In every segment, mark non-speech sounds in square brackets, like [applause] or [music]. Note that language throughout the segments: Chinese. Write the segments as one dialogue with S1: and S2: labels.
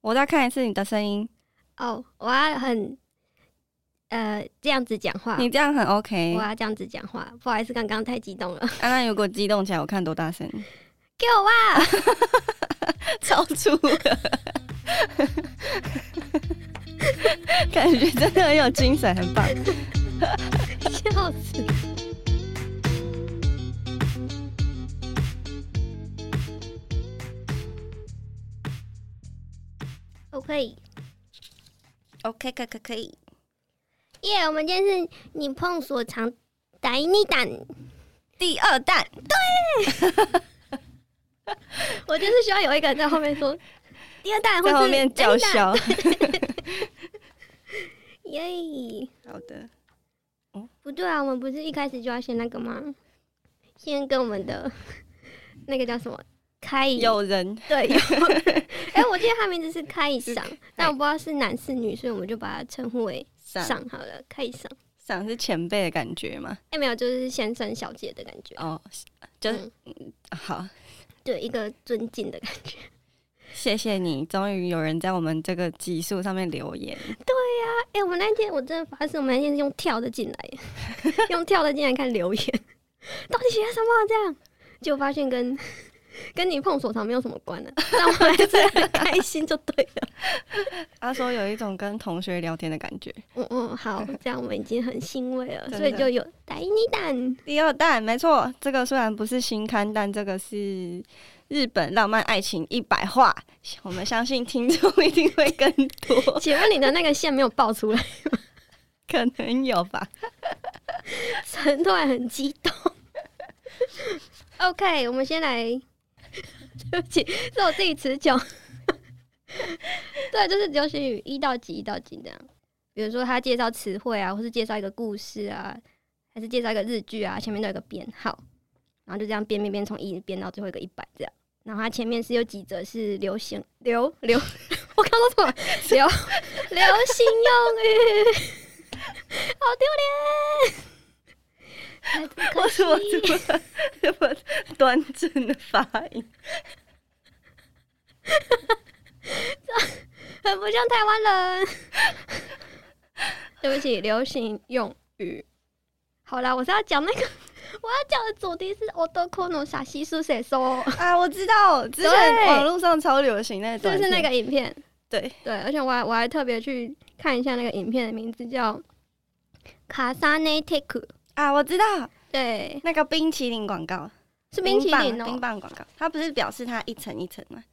S1: 我再看一次你的声音，
S2: 哦，我要很呃这样子讲话，
S1: 你这样很 OK
S2: 我。要这样子讲话，不好意思，刚刚太激动了，
S1: 啊，那如果激动起来，我看多大声，
S2: 给我啊哇！
S1: [laughs] 超出了， [laughs] 感觉真的很有精神，很棒。
S2: [laughs] 笑死！我哦可以
S1: OK，可可可以。
S2: 耶我们今天是你碰所长逮你胆，
S1: 第二弹， [laughs]
S2: 我就是需要有一个人在后面
S1: [laughs]
S2: 说第二蛋，
S1: 在后面叫嚣。
S2: 耶
S1: 好的，
S2: 不对啊，我们不是一开始就要先那个吗？先跟我们的 [laughs] 那个叫什么开以
S1: 有人 [laughs]
S2: 对有，哎、我记得他名字是开以
S1: 是
S2: 上，但我不知道是男是女，所以我们就把他称呼为
S1: 赏
S2: 上好了，开以上。
S1: 赏是前辈的感觉嘛？
S2: 哎、没有，就是先生小姐的感觉，
S1: 哦，就是、
S2: 嗯
S1: 好，
S2: 对一个尊敬的感觉。
S1: 谢谢你，终于有人在我们这个集数上面留言。
S2: 哎、我那天我真的发誓，我们那天是用跳的进来 [laughs] 耶，用跳的进来看留言，到底写了什么这样？结果发现跟跟你碰手长没有什么关的、但我还是很开心就对了。
S1: 他说有一种跟同学聊天的感觉。
S2: 嗯嗯，好，这样我们已经很欣慰了，
S1: 真的
S2: 所以就有逮你蛋。
S1: 第二弹，没错，这个虽然不是新刊，但这个是日本浪漫爱情一百话，我们相信听众一定会更多，
S2: 请问你的那个线没有爆出来， [laughs]
S1: 可能有吧。
S2: 陈突然很激动。OK，我们先来， [laughs] 对不起，是我自己持久。 [laughs] 对，就是流行语一到几一到几这样。比如说他介绍词汇啊，或是介绍一个故事啊，还是介绍一个日剧啊，前面都有一个编号，然后就这样编编编，从一编到最后一个一百这样。然后它前面是有几则是流行流流， [laughs] 我刚说错了，流流行用语， [laughs] 好丢脸。哎不可
S1: [laughs] 我怎么
S2: 惜
S1: 这么这么端正的发音？
S2: [laughs] 很不像台湾人。 [laughs] 对不起，流行用语。好啦，我是要讲那个，我要讲的主题是 o d o k o no s a s i s u s e s o
S1: 啊，我知道，之前
S2: 对
S1: 网络上超流行那
S2: 是
S1: 短
S2: 不
S1: 片，
S2: 是那个影片？
S1: 对，
S2: 对，而且我还我还特别去看一下那个影片的名字叫《卡萨内 take》，
S1: 啊，我知道
S2: 对，
S1: 那个冰淇淋广告，
S2: 是冰淇淋
S1: 棒
S2: 哦
S1: 冰、棒广告，它不是表示它一层一层吗？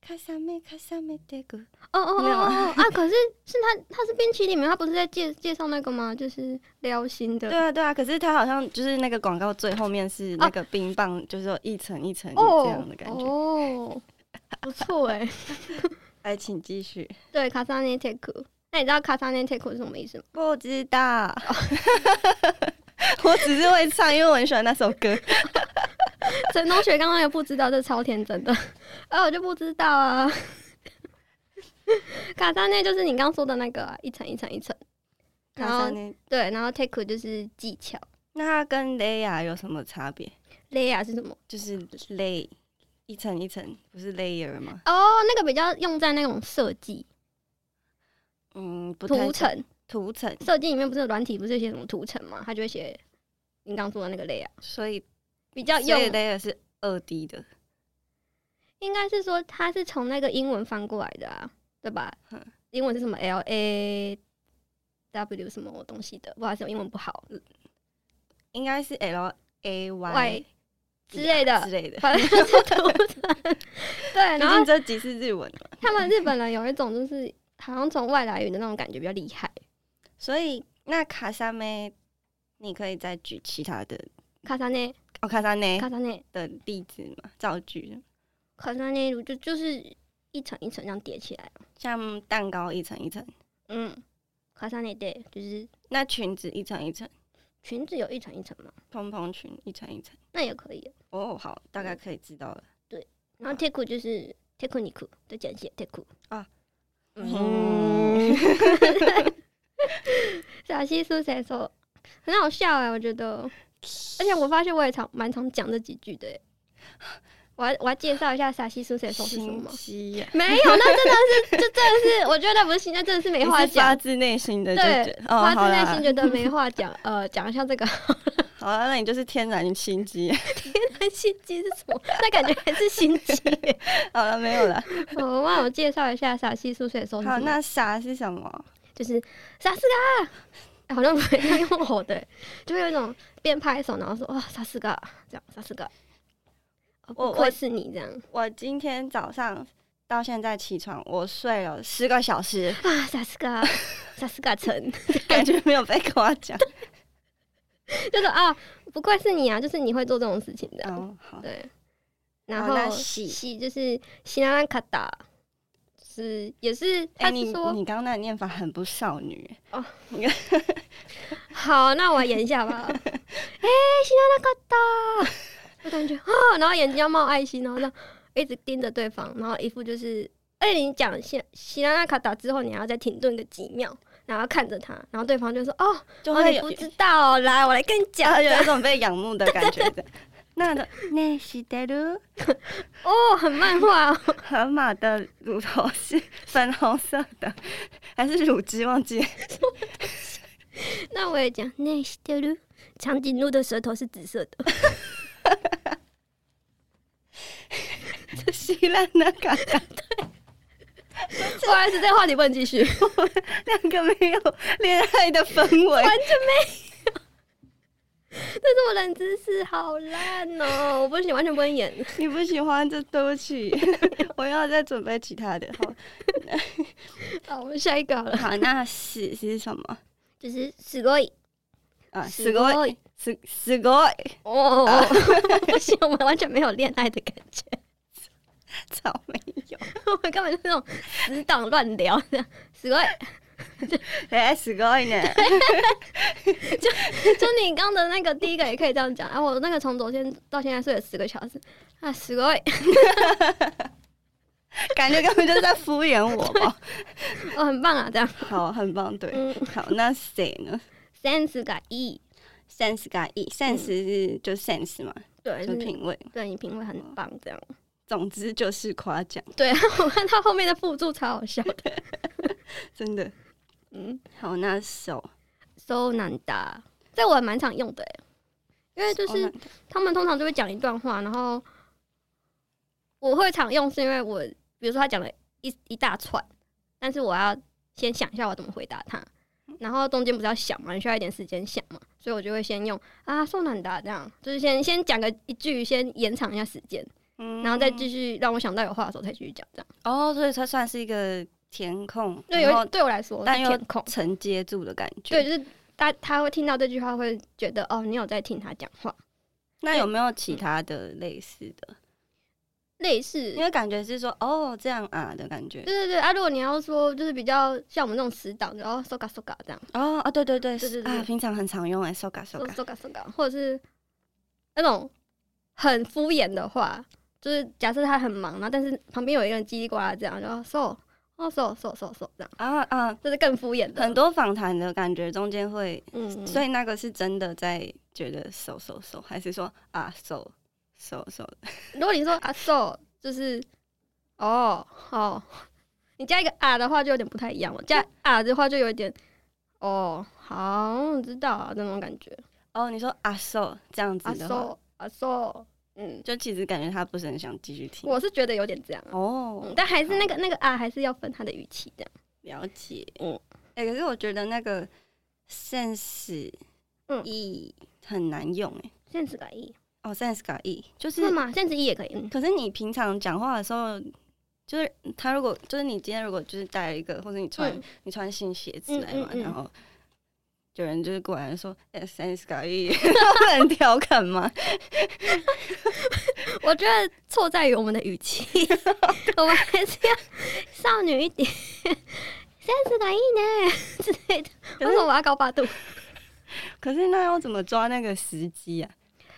S1: 卡萨梅卡萨梅德古，
S2: 哦哦哦
S1: 没有
S2: 哦哦啊！可是是他他是冰淇淋吗，他不是在介介绍那个吗？就是撩心的
S1: 对啊对啊，可是它好像就是那个广告最后面是那个冰棒，就是说一层一层
S2: 哦
S1: 这样的感觉。
S2: 哦，不错哎、
S1: 来，请继续。
S2: 对，卡萨内 take。那你知道卡萨内 take 是什么意思吗？ [laughs]
S1: 不知道，我只是会唱，因为我很喜欢那首歌。
S2: 陈同学刚刚也不知道，这超天真的。哎、我就不知道啊。卡萨内就是你刚说的那个啊、一层一层一层， [laughs] 然
S1: 卡萨
S2: 后
S1: 内，
S2: 对，然后 take 就是技巧
S1: 那它跟雷亚有什么差别？
S2: ，layer 是什么？
S1: 就是 lay 一层一层，不是 layer 吗？
S2: 哦，那个比较用在那种设计
S1: 嗯，不太
S2: 图层，
S1: 涂层，
S2: 设计里面不是有软体不是有写什么图层吗？他就会写你刚说的那个 layer，
S1: 所以
S2: 比较
S1: 所
S2: 用
S1: 以 layer 是二 D 的。
S2: 应该是说它是从那个英文翻过来的啊，对吧
S1: 嗯？
S2: 英文是什么 L A W 什么东西的？不好意思，我英文不好
S1: 应该是 L A Y
S2: Y 之类的
S1: 之类的。
S2: 反正就是 [laughs] 图层。对，
S1: [laughs] 毕
S2: 然
S1: 竟
S2: 后
S1: 这集是日文嘛，
S2: 他们日本人有一种就是好像从外来语的那种感觉比较厉害。
S1: 所以那卡萨梅，你可以再举其他的
S2: 卡萨内，
S1: 哦卡萨梅
S2: 卡萨内，
S1: 的例子嘛，造句，
S2: 卡萨内，就就是一层一层这样叠起来。
S1: 像蛋糕一层一层，
S2: 嗯，卡萨内对，就是
S1: 那裙子一层一层，
S2: 裙子有一层一层嘛，
S1: 蓬蓬裙一层一层。
S2: 那也可以。啊
S1: 哦，好，大概可以知道了。
S2: 然后 take 就是 take 你哭的简写 take
S1: 啊，
S2: 嗯， [laughs] 小西苏谁说很好笑哎、我觉得，而且我发现我也常蛮常讲这几句的、欸，欸我要我要介绍一下沙西苏水松是什么
S1: 心
S2: 吗？
S1: 机啊呀、
S2: 没有，那真的是，就真的是，我觉得那不是心，那真的是没哎话
S1: 你是发
S2: 讲。
S1: 自内心的就
S2: 对
S1: 觉得，哦，
S2: 发
S1: 好
S2: 自内
S1: 啦
S2: 心，觉得没话讲。呃，讲一下这个 [laughs]
S1: 好啦，那你就是天然心机。 [laughs]
S2: 心机是什么？那感觉还是心机。哦
S1: 好了，没有了。
S2: 我忘了我介绍一下沙西苏水松是什
S1: 好，
S2: 么。
S1: 那傻是什么？
S2: 就是萨斯 [laughs] 嘎，哎好像不会用我的， [laughs] 就会有一种边拍手，然后说哇萨斯嘎，啊这样萨斯嘎，
S1: 我
S2: 哦不愧是你这样 [laughs]
S1: 我今天早上到现在起床，我睡了十个小时，
S2: 啊萨斯嘎，萨斯嘎啊成， [laughs]
S1: 感觉没有被夸奖。
S2: 就是啊不愧是你啊，就是你会做这种事情的，
S1: 嗯，好，
S2: 对。
S1: 好
S2: 然后
S1: 那
S2: 喜
S1: 喜
S2: 就是西拉卡达，就是也是
S1: 哎、
S2: 他
S1: 你
S2: 是说、
S1: 你刚刚那个念法很不少女
S2: 哦
S1: 哦，
S2: 好，那我演一下 [laughs] 吧。哎、欸，西拉拉卡达，我感觉哦，然后眼睛要冒爱心，然后这样一直盯着对方，然后一副就是，而且你讲西西拉拉卡达之后，你还要再停顿个几秒，然后看着他，然后对方就说哦，
S1: [laughs] 就
S2: 哦
S1: 会
S2: 你
S1: 有
S2: 不知道哦，来，我来跟你 [laughs]
S1: [laughs]
S2: 讲
S1: 啊，有一种被仰慕的感觉的。那个内西德鲁
S2: 哦，很漫画、哦，
S1: 河马的乳头 [laughs] 是粉红色的，还是乳汁？忘记
S2: 那我也讲内西德鲁，长颈鹿的舌头是紫色的，
S1: 这希腊那个
S2: [laughs] 不好意思，这话题不能继续，
S1: 那个没有恋爱的氛 [laughs] 围。
S2: 但是我冷知识好烂哦，我不行，完全不会演。
S1: 你不喜欢就对不起， [laughs] 我要再准备其他的。好，
S2: 好，我们下一个好了，
S1: 好，那喜是什么
S2: 就是死过瘾。
S1: 啊？
S2: す
S1: す
S2: ご
S1: ご
S2: い
S1: い，すすごい，
S2: 哦， [laughs] 不行，我们完全没有恋爱的感觉，
S1: [laughs] 草莓有，
S2: 我们根本就是那种死党乱聊的，死鬼。
S1: [laughs] 哎、すごい呢。
S2: 就你刚的那个第一个也可以这样讲，啊，我那个从昨天到现在睡了十个小时，啊，死鬼，
S1: [laughs] 感觉根本就是在敷衍我吧。
S2: [laughs] 哦，很棒啊，这样，
S1: 好，很棒，对。
S2: 嗯
S1: 好，那谁呢嗯
S2: ，sense 感一，
S1: ？sense 加 e，sense 是就 sense 嘛，
S2: 对，
S1: 就
S2: 就是
S1: 品味。
S2: 对你品味很棒，这样，
S1: 总之就是夸奖，
S2: 对， [laughs] 我看到后面的附注超好笑的，
S1: 真的。
S2: 嗯
S1: 好，那手
S2: ，so 难打，这我还蛮常用的欸，因为就是
S1: 哦
S2: 他们通常就会讲一段话，然后我会常用，是因为我比如说他讲了一一大串，但是我要先想一下我怎么回答他，
S1: 嗯
S2: 然后中间不是要想嘛，你需要一点时间想嘛，所以我就会先用啊宋暖达这样，就是先先讲个一句，先延长一下时间，
S1: 嗯
S2: 然后再继续让我想到有话的时候再继续讲这样。
S1: 哦，所以它算是一个填空，
S2: 对，
S1: 然
S2: 有
S1: 后
S2: 对我来说是
S1: 但又
S2: 填空，
S1: 承接住的感觉。
S2: 对，，就是他他会听到这句话会觉得哦，你有在听他讲话，
S1: 那有没有其他的类似的？
S2: 类似
S1: 因为感觉是说哦这样啊的感觉。
S2: 对对对啊！如果你要说就是比较像我们这种死党，然后 soga soga 这样
S1: 哦啊，对对对
S2: 对对对
S1: 啊，平常很常用哎，soga soga。
S2: soga soga，或者是那种很敷衍的话，就是假设他很忙，然后但是旁边有一个人叽里呱啦这样，然后 so 哦 so so so so 这样，
S1: 啊啊，
S2: 这是更敷衍的。
S1: 很多访谈的感觉中间会
S2: 嗯，
S1: 所
S2: 以
S1: 以那个是真的在觉得手手手，还是说啊手手手？
S2: 如果你说啊 so 就是哦哦，你加一个啊的话就有点不太一样了，加啊的话就有一点哦好我知道啊那种感觉
S1: 哦，你说啊手这样
S2: 啊
S1: 子的话，
S2: so 啊 so 嗯。
S1: 就其实感觉他不是很想继续听。
S2: 我是觉得有点这样啊，
S1: 哦，
S2: 嗯，但还是那个那个啊，还是要分他的语气这样。
S1: 了解。
S2: 嗯
S1: 嗯，哎、可是我觉得那个 sense
S2: 嗯
S1: e 很难用哎、
S2: 现实感一
S1: 哦，sense 嘎 e 就是
S2: 是，吗？现实一也可以，嗯
S1: 可是你平常讲话的时候。就是他如果就是你今天如果就是带了一个，或者你穿、
S2: 嗯
S1: 你穿新鞋子
S2: 嗯
S1: 来
S2: 嗯
S1: 嘛，
S2: 嗯
S1: 然后有人就是过来说哎 sense 嘎 e，不 [laughs] 能调侃吗？
S2: 我觉得错在于我们的语气， [laughs] 我们还是要少女一点。现实感一呢之类的，为什么我要高八度？
S1: 可是那要怎么抓那个时机啊？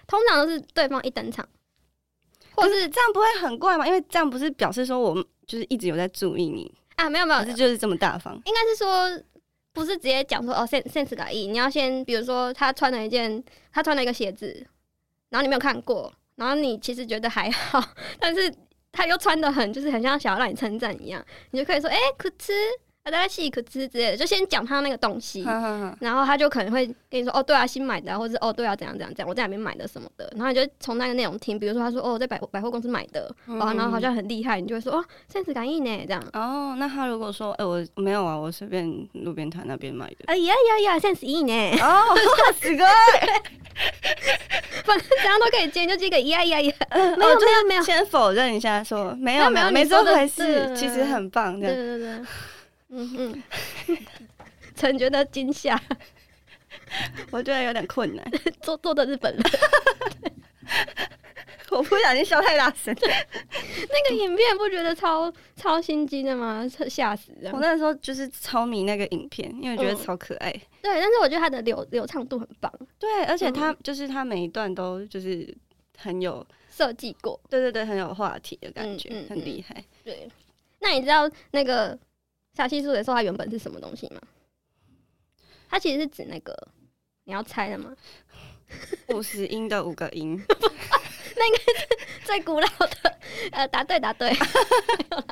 S2: 通常都是对方一登场，或
S1: 可
S2: 是
S1: 这样不会很怪吗？因为这样不是表示说我们就是一直有在注意你，
S2: 啊，没有没有
S1: 可，是就是这么大方
S2: 应该是说不是直接讲说哦现现实感一，你要先比如说他穿了一件他穿了一个鞋子，然后你没有看过，然后你其实觉得还好， [laughs] 但是他又穿的很，就是很像想要让你称赞一样，你就可以说，哎、可吃，啊，大家吃可吃之类的，就先讲他那个东西，
S3: 哈哈哈
S2: 然后他就可能会跟你说，哦，对啊，新买的、啊，或者是哦，对啊，怎样怎样怎样，我在哪边买的什么的，然后你就从那个内容听，比如说他说，哦，我在百百货公司买的，
S3: 嗯
S2: 哦，然后好像很厉害，你就会说，哦，三十感应呢，这样，
S3: 哦，那他如果说，哎、我没有啊，我随便路边摊那边买的。
S2: 哎呀呀呀，三十一呢，
S3: 哦，死哥，
S2: 反正怎样都可以接，就这个呀呀呀，呃没
S3: 哦
S2: 有
S3: 就
S2: 没有没有，
S3: 先否认一下说没有
S2: 没有
S3: 没
S2: 你说
S3: 这
S2: 的
S3: 回事，
S2: 对
S3: 其实很棒
S2: 对
S3: 的。
S2: 对对，嗯嗯， [laughs] 曾觉得惊吓，
S3: 我觉得有点困难，
S2: 做做的日本人，
S3: [laughs] 我不小心笑太大声。
S2: [laughs] 那个影片不觉得超超心机的吗？吓死人！
S3: [laughs] 我那时候就是超迷那个影片，因为我觉得
S2: 嗯
S3: 超可爱。
S2: 对，但是我觉得它的流流畅度很棒，
S3: 对，而且他就是他每一段都就是很有，
S2: 设计过。
S3: 对对对，很有话题的感
S2: 嗯
S3: 觉，
S2: 嗯
S3: 很厉害。
S2: 对，那你知道那个小西树的时候，它原本是什么东西吗？它其实是指那个你要猜的吗？
S3: 五十音的五个 [laughs] 音，
S2: [laughs] 最古老的，呃，答对答对， [laughs] 没有啦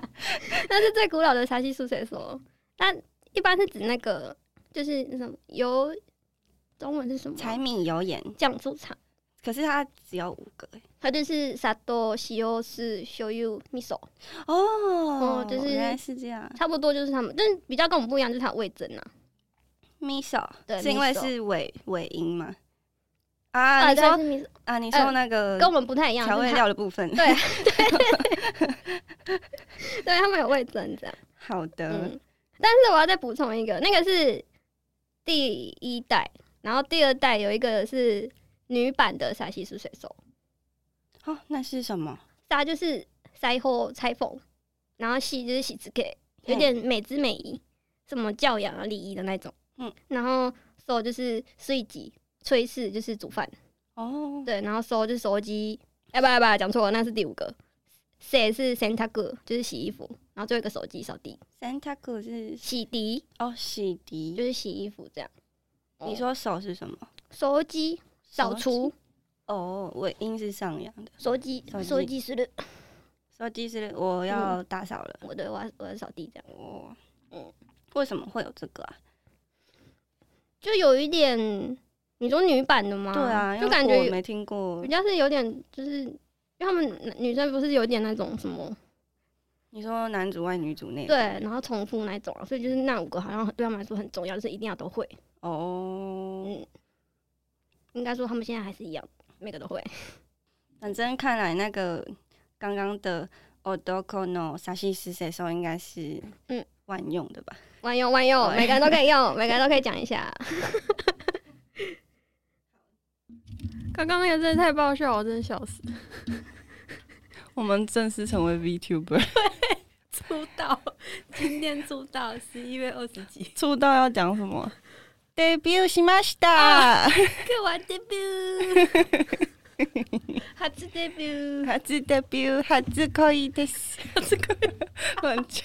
S2: 那是最古老的茶系素谁说？那一般是指那个，就是那什么油，中文是什么？
S3: 柴米油盐，
S2: 酱醋茶，
S3: 可是它只要五个欸
S2: 它就是沙多西柚是修柚米手，
S3: 哦，
S2: 就是
S3: 原来是这样。
S2: 差不多就是他们，但是比较跟我们不一样，就是它的味增啊，
S3: miso
S2: 对
S3: 是因为
S2: miso
S3: 是尾尾音吗？啊，你
S2: 对，
S3: 说
S2: 是米手，
S3: 啊，你说
S2: 呃
S3: 那个
S2: 跟我们不太一样，
S3: 调味
S2: 就是
S3: 料的部分，
S2: 它，对，他们有味增这样。
S3: 好的，
S2: 嗯，但是我要再补充一个，那个是第一代，然后第二代有一个是女版的沙西素水手，
S3: 哦，那是什么？
S2: 沙就是腮后裁缝，然后细就是细子给，有点美姿美仪，什么教养啊礼仪的那种，
S3: 嗯
S2: 嗯，然后手就是碎吉，炊事就是煮饭，
S3: 哦，
S2: 对，然后手就是手机，哎不哎不，讲错了，那是第五个。谁是 Santa Girl，就是洗衣服，然后最后一个手机扫地，
S3: Santa Cruz 是
S2: 洗涤
S3: 哦，洗
S2: 就
S3: 涤。
S2: 是洗衣服这样。
S1: 哦
S3: 你说手是什么？
S2: 手机扫
S3: 手
S2: 除
S3: 机。哦，尾音是上扬的。
S2: 手机
S3: 手机
S2: 手机是的，
S3: 手机是我要打扫了。
S2: 我的我要我要扫地这样，
S3: 哦，
S2: 嗯
S3: 为什么会有这个啊？
S2: 就有一点你说女版的吗？
S3: 对啊，因
S2: 嗯就
S3: 为
S2: 感
S3: 我
S2: 觉
S3: 没听过
S2: 比。较是有点就是，因为他们男女生不是有点那种什么
S3: 你说男主外女主内。
S2: 对，。然后重复那种啊，所以就是那五个好像对他们来说很重要，就是一定要都会。
S3: 哦，
S2: 嗯，应该说他们现在还是一样，每个都会。 [laughs]
S3: 反正看来那个刚刚的 odoko no sashi s s 应该是
S2: 嗯
S3: 万用的吧？
S2: 万用万用，
S3: 对
S2: 每个人都可以用，每个人都可以讲一下。
S4: 刚刚那个真的太爆笑了，我真的笑死。
S1: 我们正式成为 VTuber，
S4: [laughs] 出道，今天出道，十一月二十几，
S1: 出道要讲什么？啊
S3: debut しました。
S4: 各玩 debut，哈
S1: [laughs]
S4: 兹 debut，
S3: 初 debut 初恋です。
S1: [laughs] 乱讲。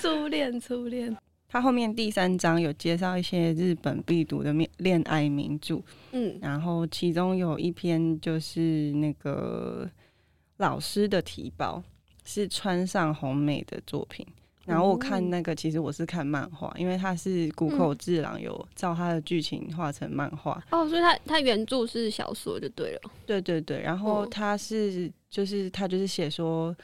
S4: 初恋，初恋，
S1: 他后面第三章有介绍一些日本必读的面恋爱名著，
S4: 嗯，
S1: 然后其中有一篇就是那个老师的提报，是川上红美的作品。然后我看那个，
S3: 嗯
S1: 其实我是看漫画，因为他是谷口智郎有照他的剧情画成漫画，
S4: 哦，所以他他原著是小说就对了，
S1: 对对对，然后
S4: 嗯
S1: 他是、就是他就是写说，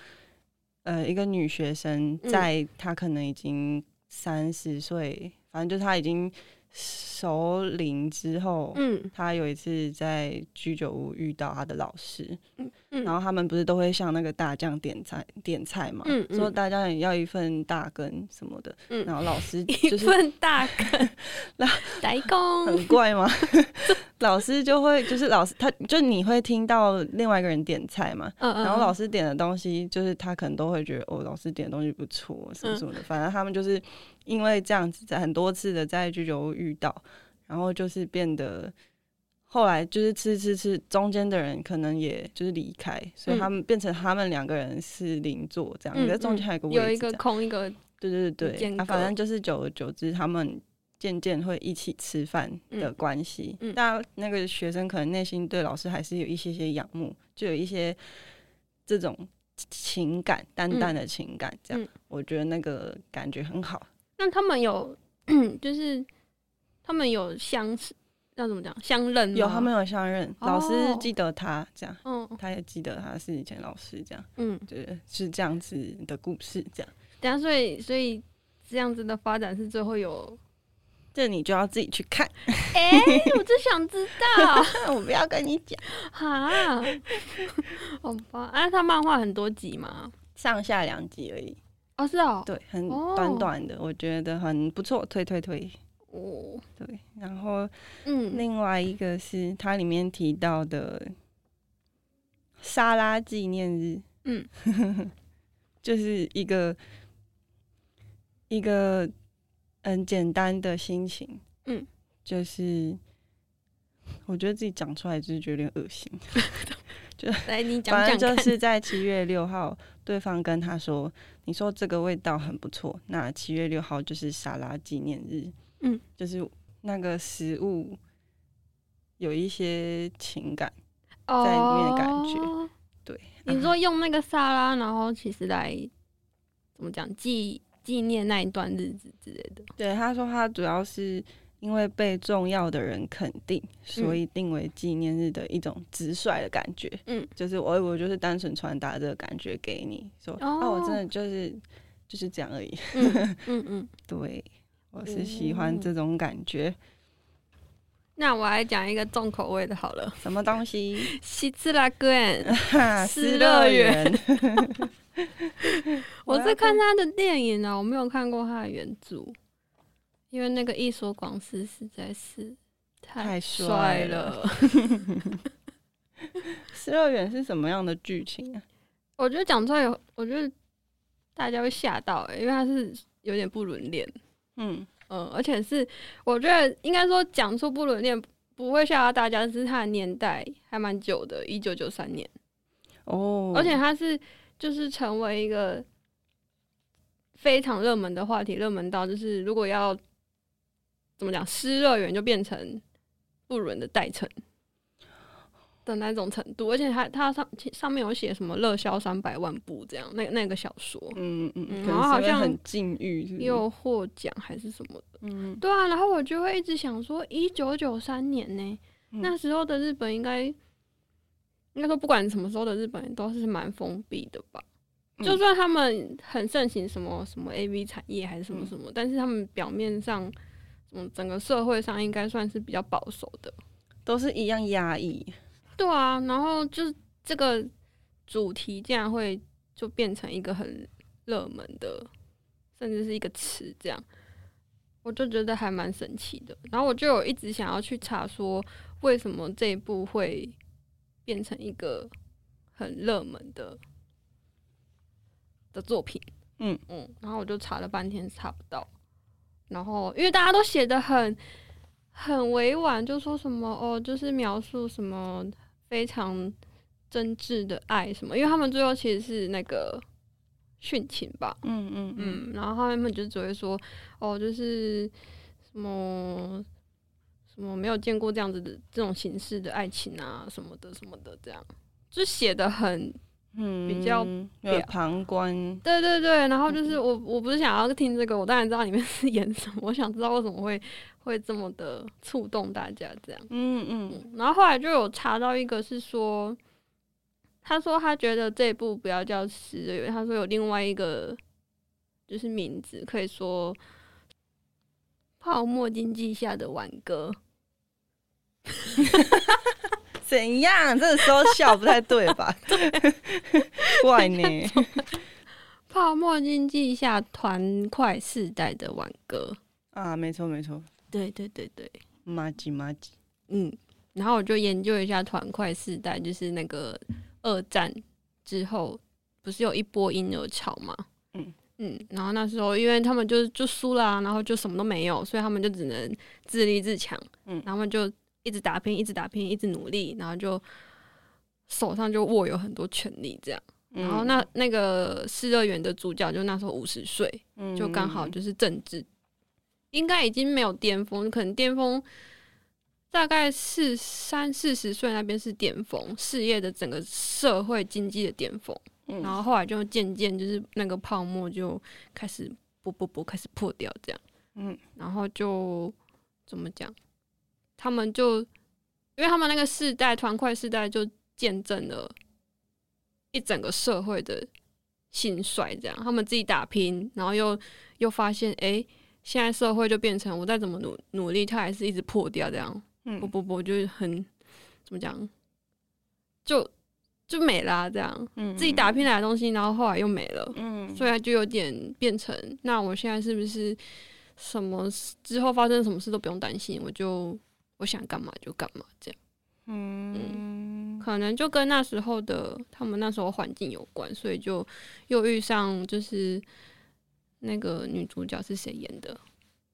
S1: 呃，一个女学生
S4: 嗯
S1: 在她可能已经三十岁，反正就是她已经熟龄之后，
S4: 嗯
S1: 她有一次在居酒屋遇到她的老师，
S4: 嗯
S1: 然后他们不是都会向那个大将点菜点菜嘛，
S4: 嗯嗯
S1: 说大家也要一份大羹什么的，
S4: 嗯
S1: 然后老师
S4: [laughs] 一
S1: 就是
S4: 份大梗，
S1: [laughs] 然
S2: [laughs]
S4: 来工，
S2: 嗯
S1: 很怪吗？ [laughs] 老师就会就是老师他就你会听到另外一个人点菜嘛，
S4: 嗯嗯，
S1: 然后老师点的东西，就是他可能都会觉得哦，老师点的东西不错，什么什么的。反正他们就是因为这样子，在很多次的在居酒屋遇到，然后就是变得后来就是吃吃吃，中间的人可能也就是离开，所以他们变成他们两个人是邻座这样，
S4: 嗯
S1: 可是中间还有一个位置
S4: 有一
S1: 这
S4: 个
S1: 样
S4: 空一个，
S1: 对对对
S4: 间
S1: 对，啊、
S4: 隔
S1: 反正就是久而久之，他们渐渐会一起吃饭的关系，
S2: 嗯嗯
S1: 但那个学生可能内心对老师还是有一些些仰慕，就有一些这种情感，淡淡的情感，这样、
S2: 嗯
S1: 我觉得那个感觉很好。
S2: 那他们有， [clears throat] 就是他们有相似，要怎么讲？相认吗
S1: 有他们，有相认，
S2: 哦
S1: 老师记得他这样，
S2: 嗯
S1: 他也记得他是以前老师这样，
S2: 嗯，
S1: 对，是这样子的故事这样。
S2: 等一下，所以所以这样子的发展是最
S1: [laughs]
S2: 后有，
S1: 这你就要自己去看， [laughs]
S2: 哎、我就想知道
S1: 我不要跟你讲。
S2: 哈，好吧，啊，他漫画很多集嘛，
S1: 上下两集而已，
S2: 哦，是哦，
S1: 对，很
S2: 哦
S1: 短短的，我觉得很不错，推推推。
S2: 哦，
S1: 对，然后
S2: 嗯，
S1: 另外一个是它里面提到的沙拉纪念日，
S2: 嗯，
S1: [laughs] 就是一个一个很简单的心情，
S2: 嗯，
S1: 就是我觉得自己讲出来就是觉得有点恶心，
S2: 来你讲
S1: 反
S2: 讲
S1: 正
S2: 看，
S1: 就是在七月六号，对方跟他说：“你说这个味道很不错。”那七月六号就是沙拉纪念日，
S2: 嗯，
S1: 就是那个食物有一些情感，在里面的感觉嗯
S2: 哦
S1: 对。
S2: 你
S1: 啊
S2: 说用那个沙拉，然后其实来怎么讲纪纪念那一段日子之类的。
S1: 对，他说他主要是因为被重要的人肯定，所以定为纪念日的一种直率的感觉。
S2: 嗯，
S1: 就是我我就是单纯传达这个感觉给你，说
S2: 哦
S1: 啊，我真的就是就是这样而已。 [laughs]
S2: 嗯嗯嗯。
S1: 对，我是喜
S2: 哦
S1: 欢这种感觉。
S2: 那我来讲一个重口味的好了，
S1: 什么东 [laughs] 西？
S2: 西斯拉
S1: [laughs]
S2: 格恩。
S1: 哈
S2: 失
S1: 失
S2: 乐
S1: 乐
S2: 园
S1: 园。
S2: [laughs] 我
S1: 要
S2: 是看他的电影啊，我没有看过他的原著，因为那个一所广司实在是
S1: 太
S2: 帅
S1: 帅
S2: 了
S1: 了。失乐园是什么样的剧情啊？
S2: 我觉得讲出来有，我觉得大家会吓到、欸，因为他是有点不伦恋。
S1: 嗯，
S2: 嗯，而且是我觉得应该说讲出不伦恋不会吓到大家，是它的年代还蛮久的，一九九三年，
S1: 哦，
S2: 而且它是就是成为一个非常热门的话题，热门到就是如果要怎么讲，失乐园就变成不伦的代称。的那种程度，而且它它上上面有写什么热销三百万部这样，那那个小说
S1: 嗯嗯，
S2: 嗯
S1: 可
S2: 然
S1: 能
S2: 后
S1: 是
S2: 好
S1: 因为
S2: 像
S1: 很禁欲，是不是
S2: 又获奖还是什么
S1: 嗯
S2: 对啊，然后我就会一直想说，一九九三年呢、
S1: 嗯
S2: 那时候的日本应该，应该说不管什么时候的日本都是蛮封闭的吧。
S1: 嗯
S2: 就算他们很盛行什么什么 A V 产业还
S1: 嗯
S2: 是什么什么，但是他们表面上，什么整个社会上应该算是比较保守的。
S1: 都是一样压抑。
S2: 对啊，然后就是这个主题竟然会就变成一个很热门的，甚至是一个词这样，我就觉得还蛮神奇的。然后我就有一直想要去查说，为什么这一部会变成一个很热门的的作品。
S1: 嗯
S2: 嗯，然后我就查了半天查不到，然后因为大家都写的很很委婉，就说什么哦，就是描述什么非常真挚的爱什么，因为他们最后其实是那个殉情吧，
S1: 嗯嗯嗯，
S2: 嗯，然后他们就只会说哦，就是什么什么没有见过这样子的这种形式的爱情啊，什么的什么的，这样就写的很
S1: 嗯
S2: 比较
S1: 有旁观。
S2: 对对对，然后就是我，我不是想要听这个，我当然知道里面是 [laughs] 演什么，我想知道为什么会会这么的触动大家这样。
S1: 嗯嗯
S2: 嗯，然后后来就有查到一个是说，他说他觉得这部不要叫《失乐园》，他说有另外一个就是名字可以说《泡沫经济下的挽歌》。
S1: 怎样？这个时候笑不太对
S2: [laughs]
S1: 吧？怪呢。
S2: 泡沫经济下团块世代的挽歌，
S1: 啊，没错没错，
S2: 对对对对，
S1: 麻吉麻吉。
S2: 嗯，然后我就研究一下团块世代，就是那个二战之后，不是有一波婴儿潮嘛？
S1: 嗯
S2: 嗯，然后那时候因为他们就就输了、啊，然后就什么都没有，所以他们就只能自立自强。
S1: 嗯
S2: 然后他们就一直打拼，一直打拼，一直努力，然后就手上就握有很多权利这样。
S1: 嗯
S2: 然后那那个《失乐园》的主角就那时候五十岁，
S1: 嗯
S2: 就刚好就是政治应该已经没有巅峰，可能巅峰大概是三四十岁那边是巅峰，事业的整个社会经济的巅峰，
S1: 嗯
S2: 然后后来就渐渐就是那个泡沫就开始啵啵啵开始破掉这样。
S1: 嗯
S2: 然后就怎么讲，他们就因为他们那个世代团块世代就见证了一整个社会的兴衰，这样他们自己打拼，然后又又发现，哎、现在社会就变成我再怎么努努力，它还是一直破掉，这样不
S1: 嗯
S2: 不不，就是很怎么讲，就就没啦、这样
S1: 嗯
S2: 自己打拼来的东西，然后后来又没了。
S1: 嗯，
S2: 所以他就有点变成，那我现在是不是什么事之后发生什么事都不用担心，我就我想干嘛就干嘛，这样
S1: 嗯
S2: 可能就跟那时候的他们那时候环境有关，所以就又遇上就是那个女主角是谁演的？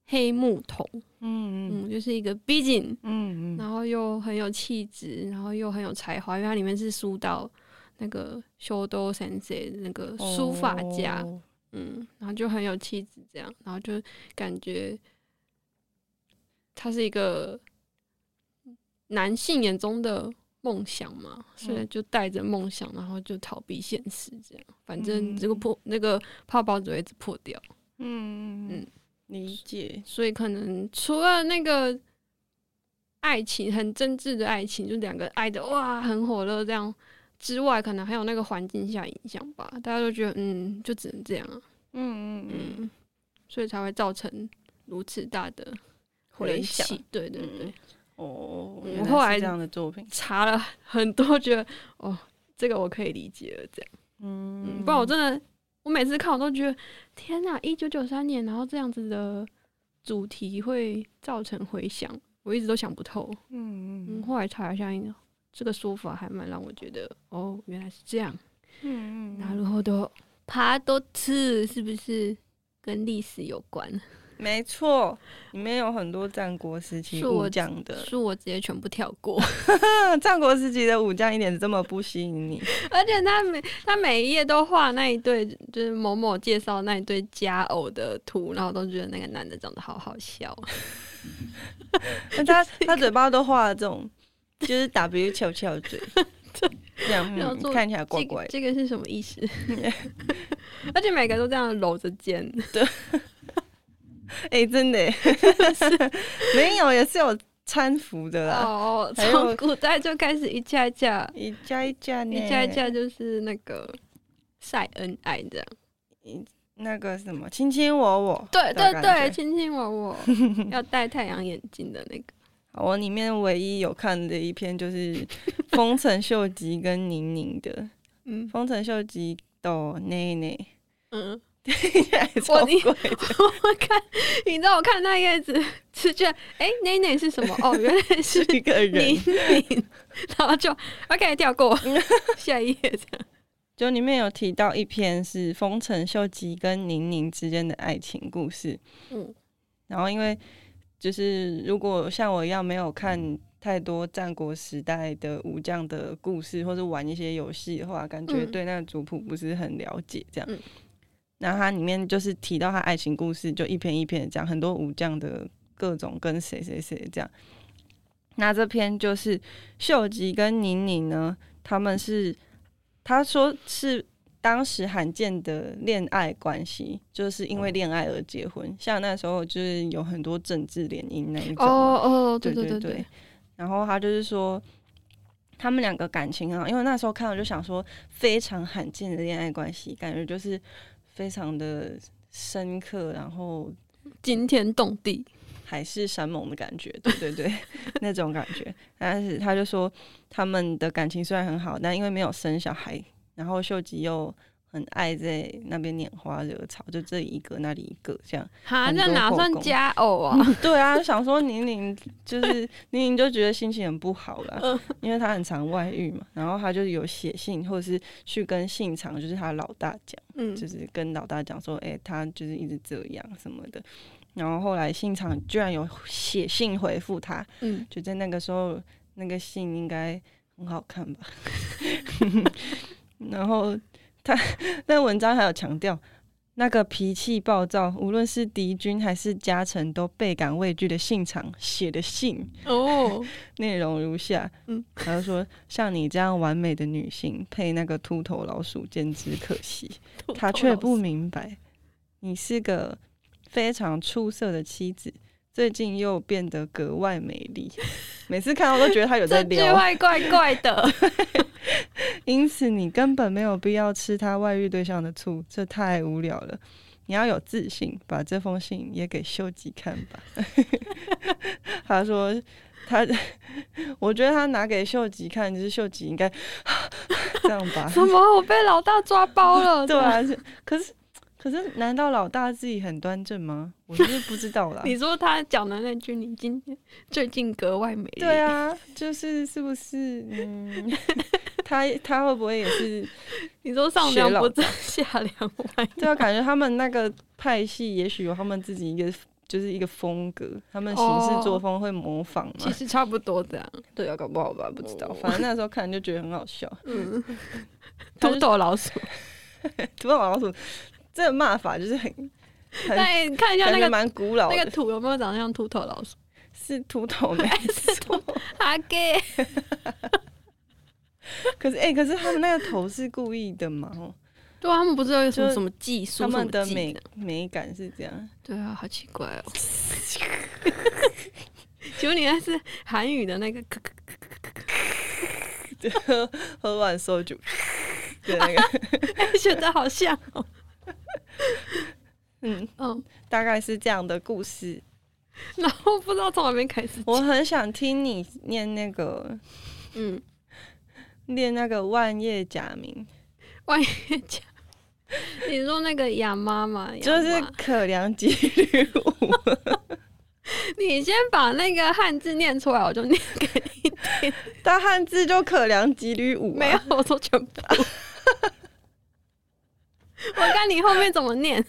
S2: 黑木瞳，
S1: 嗯
S2: 嗯，就是一个逼紧，
S1: 嗯嗯
S2: 然后又很有气质，然后又很有才华，因为它里面是书到那个修多先生那个书法家，
S1: 哦
S2: 嗯，然后就很有气质，这样，然后就感觉他是一个男性眼中的梦想嘛，所以
S1: 嗯
S2: 就带着梦想，然后就逃避现实，这样，反正这个
S1: 嗯
S2: 破、那个泡泡只会一直破掉，
S1: 嗯嗯
S2: 嗯，
S1: 理解，
S2: 所以可能除了那个爱情很真挚的爱情，就两个爱的哇很火热这样之外，可能还有那个环境下影响吧，大家都觉得嗯，就只能这样啊。
S1: 嗯嗯嗯，
S2: 嗯，所以才会造成如此大的
S1: 回
S2: 人
S1: 想
S2: 气。对对对，
S1: 嗯哦，
S2: 嗯
S1: 原
S2: 后
S1: 来
S2: 来
S1: 是这样的作品，
S2: 查了很多，觉得哦，这个我可以理解了，这样。嗯，
S1: 嗯
S2: 不然我真的，我每次看我都觉得天哪，一九九三年，然后这样子的主题会造成回响，我一直都想不透。
S1: 嗯
S2: 嗯，
S1: 嗯
S2: 后来查一下，这个说法还蛮让我觉得哦，原来是这样。
S1: 嗯嗯
S2: 然后都爬多次，是不是跟历史有关？
S1: 没错，里面有很多战国时期
S2: 是
S1: 武
S2: 我
S1: 将的，
S2: 书我直接全部跳过。
S1: 那战国时期的武将一点这么不吸引 [laughs] 你，
S2: [laughs] 而且他每他每一页都画那一对，就是某某介绍那一对佳偶的图，然后都觉得那个男的长得好好笑。哦
S1: 那他他嘴巴都画了这种，就是 W 翘翘 [laughs] 嘴，这样
S2: 然后
S1: 嗯
S2: 做
S1: 看起来怪
S2: 这
S1: 怪
S2: 个
S1: 的。
S2: 这个是什么意思？ [laughs] 而且每个都这样搂着肩，
S1: [laughs] 哎，真
S2: [laughs]
S1: 的耶， [laughs] 没有也是有搀扶的啦，
S2: 哦，
S1: 啊还有
S2: 从古代就开始一架一架，
S1: 一家一家呢，
S2: 一架一架就是那个晒恩爱这样。
S1: 那个什么亲亲我我，
S2: 对对
S1: 感
S2: 对，
S1: 觉
S2: 亲亲
S1: [laughs]
S2: 我我，要戴太阳眼镜的那个。
S1: 好我里面唯一有看的一篇就是
S2: [laughs]
S1: 丰臣秀吉跟宁宁的，
S2: 嗯
S1: 丰臣秀吉斗内内，
S2: 嗯，
S1: 听起来超
S2: [laughs] 我一
S1: 贵。
S2: 我看，你知道我看那个叶子，是觉得哎，奶奶是什么？哦，原
S1: [laughs]
S2: 来是
S1: 一个人
S2: 你，你，然后就 OK
S1: [laughs]
S2: 跳过下一页这样。
S1: 就里面有提到一篇是丰臣秀吉跟宁宁之间的爱情故事，
S2: 嗯
S1: 然后因为就是如果像我一样没有看太多战国时代的武将的故事，或是玩一些游戏的话，感觉
S2: 嗯
S1: 对那个族谱不是很了解，这样。
S2: 嗯
S1: 然后它里面就是提到他爱情故事，就一篇一篇地讲很多武将的各种跟谁谁谁这样。那这篇就是秀吉跟宁宁呢，他们是他说是当时罕见的恋爱关系，就是因为恋爱而结婚。像那时候就是有很多政治联姻那一种嘛，
S2: 哦
S1: 对对对。然后他就是说，他们两个感情很好，因为那时候看我就想说，非常罕见的恋爱关系，感觉就是非常的深刻，然后
S2: 惊天动地，
S1: 海誓山盟的感觉， [laughs] 对对对，那种感觉。但是他就说，他们的感情虽然很好，但因为没有生小孩，然后秀吉又很爱在那边拈花惹草，就这一个那里一个这样。
S2: 哈，
S1: 很
S2: 那
S1: 多
S2: 哪
S1: 后
S2: 算
S1: 宫
S2: 佳偶
S1: [laughs]
S2: 啊？
S1: 对啊，想说宁宁就是宁宁就觉得心情很不好啦，因为她很常外遇嘛，然后她就有写信或者是去跟信长，就是她老大讲，
S2: 嗯
S1: 就是跟老大讲说，哎、她就是一直这样什么的。然后后来信长居然有写信回复她，
S2: 嗯，
S1: 就在那个时候，那个信应该很好看吧。 [laughs] 然后他那文章还有强调，那个脾气暴躁，无论是敌军还是家臣都倍感畏惧的信长写的信，
S2: [laughs] 哦，
S1: 内容如下，
S2: 嗯
S1: 嗯，他就说像你这样完美的女性配那个秃头老鼠简直可惜，他却不明白你是个非常出色的妻子，最近又变得格外美丽，每次看到都觉得他有在
S2: 这句
S1: 撩，
S2: 话怪怪的，
S1: [laughs] 因此你根本没有必要吃他外遇对象的醋，这太无聊了。你要有自信，把这封信也给秀吉看吧。 [laughs] 他说他， [laughs] 我觉得他拿给秀吉看，就是秀吉应该 [laughs] 这样吧。
S2: 什么？我被老大抓包了？。
S1: 对啊，是可是可是，难道老大自己很端正吗？我是不知道啦
S2: 你说他讲的那句，你今天最近格外美丽。
S1: 对，啊，就是是不是？
S2: [laughs]
S1: 嗯，他他会不会也是？
S2: 你说上梁不正下梁歪，
S1: 对啊，感觉他们那个派系也许有他们自己一个就是一个风格，他们行事作风会模仿嘛。
S2: 其实差不多这样。
S1: 对啊，搞不好吧，不知道。
S2: 哦
S1: 反正那时候看就觉得很好笑，
S2: 嗯，
S1: [laughs] 他
S2: 秃
S1: 就
S2: 头老鼠。
S1: 土豆老鼠这个骂法就是很很
S2: 但看一下
S1: 感
S2: 那
S1: 觉
S2: 个
S1: 蛮古老的，
S2: 那个图有没有长得像秃头老鼠？
S1: 是秃头
S2: [laughs]
S1: 没错。
S2: 阿给，
S1: 可是哎、可是他们那个头是故意的嘛？
S2: [laughs]
S1: 哦，
S2: 对啊，他们不是有什么
S1: 就
S2: 什么技术？
S1: 他们的
S2: 什么技
S1: 美
S2: 能
S1: 美感是这样。
S2: 对啊，好奇怪哦。请问你那是韩语的那个咳咳
S1: 对，喝喝完烧 [laughs] 酒对那个，
S2: 咳，觉得好像哦。
S1: 嗯，
S2: 嗯，
S1: 大概是这样的故事。
S2: 然后不知道从哪边开始。
S1: 我很想听你念那个
S2: 嗯，
S1: 念那个万叶假名，
S2: 万叶讲，你说那个亚妈嘛，亚
S1: 就是
S2: 妈
S1: 可良几率 [laughs] 五。
S2: 你先把那个汉字念出来，我就念给你。
S1: 大汉字就可良几率五、啊
S2: 没有，，我说全部。我看你后面怎么念，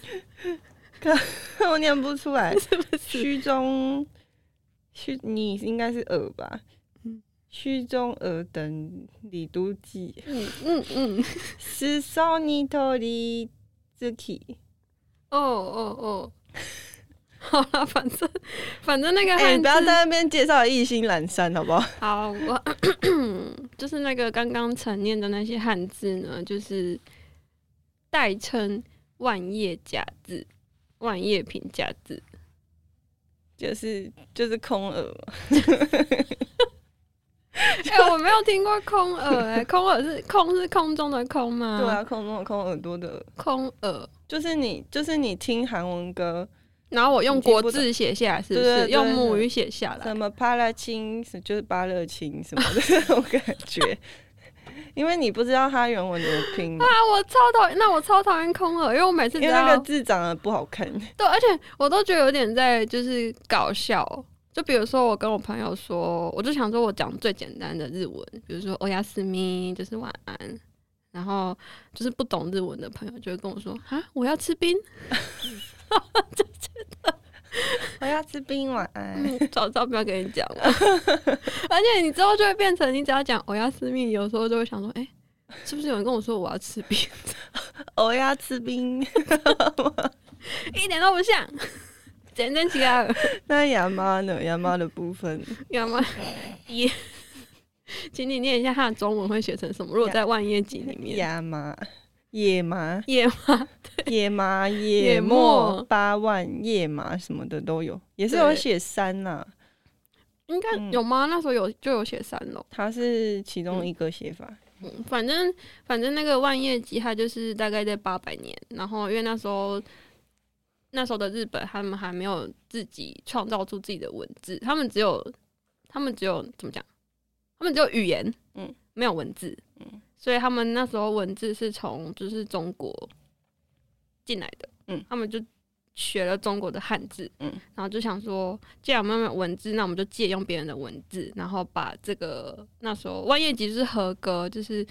S1: 我念不出来。
S2: [laughs] 是不是？
S1: 虚中虚，你应该是尔吧
S2: 嗯？
S1: 虚中尔等李都记，
S2: 嗯嗯嗯，
S1: 是少尼托里自己。
S2: 哦哦 [laughs] 哦，好了，反正反正那个
S1: 哎、
S2: 汉
S1: 不
S2: 字，
S1: 要在那边介绍一心阑珊，好不 [laughs] 好？
S2: 好，我 [coughs] 就是那个刚刚陈念的那些汉字呢，就是代称万叶假字、万叶平假
S1: [laughs]
S2: 字。
S1: 就是就是空耳嘛，
S2: 哎、我没有听过空耳、哎，空耳是空是空中的空吗？
S1: 对啊，，空中的空耳朵的耳，
S2: 空耳。
S1: 就是你就是你听韩文歌，
S2: 然后我用
S1: 你听
S2: 国
S1: 不懂
S2: 字写下来，是不
S1: 对
S2: 是？
S1: 对对
S2: 用母语写下来
S1: 什。么巴拉青，什就是巴勒青什么的那种感觉， [laughs] 因为你不知道它原文怎么 [laughs] 拼嘛，
S2: 啊，我超讨厌，那我超讨厌空耳，因为我每次
S1: 因
S2: 只
S1: 为那
S2: 要
S1: 个字长得不好看。
S2: 对，而且我都觉得有点在就是搞笑。哦就比如说，我跟我朋友说，我就想说我讲最简单的日文，比如说“欧亚斯咪”就是晚安，然后就是不懂日文的朋友就会跟我说：“啊，我要吃冰。
S1: 我要吃冰，晚安。
S2: 嗯”早知道不要跟你讲了。 [laughs] 而且你之后就会变成，你只要讲“欧亚斯咪”，有时候就会想说：“哎、是不是有人跟我说我要吃冰？”
S1: [laughs]
S2: [laughs]
S1: 我要吃冰， [laughs]
S2: 一点都不像。简真其他
S1: 那亚妈呢？亚妈的部分，
S2: 要么一， [laughs] 请你念一下它的中文会写成什么？如果在万叶集里面，
S1: 亚妈。野麻、
S2: 夜吗？ [laughs]
S1: 野麻、
S2: 野
S1: 野
S2: 末
S1: 末、八万、野麻什么的都有，也是
S2: 对
S1: 有写山呐、
S2: 应该
S1: 嗯
S2: 有吗？那时候有就有写三楼。
S1: 它是其中一个写法。
S2: 嗯反正反正那个万叶集，它就是大概在八百年，然后因为那时候那时候的日本，他们还没有自己创造出自己的文字，他们只有他们只有怎么讲？他们只有语言，
S1: 嗯，
S2: 没有文字，
S1: 嗯，
S2: 所以他们那时候文字是从就是中国进来的，
S1: 嗯，
S2: 他们就学了中国的汉字，
S1: 嗯，
S2: 然后就想说，既然我们没有文字，那我们就借用别人的文字，然后把这个那时候万叶集就是和歌，就是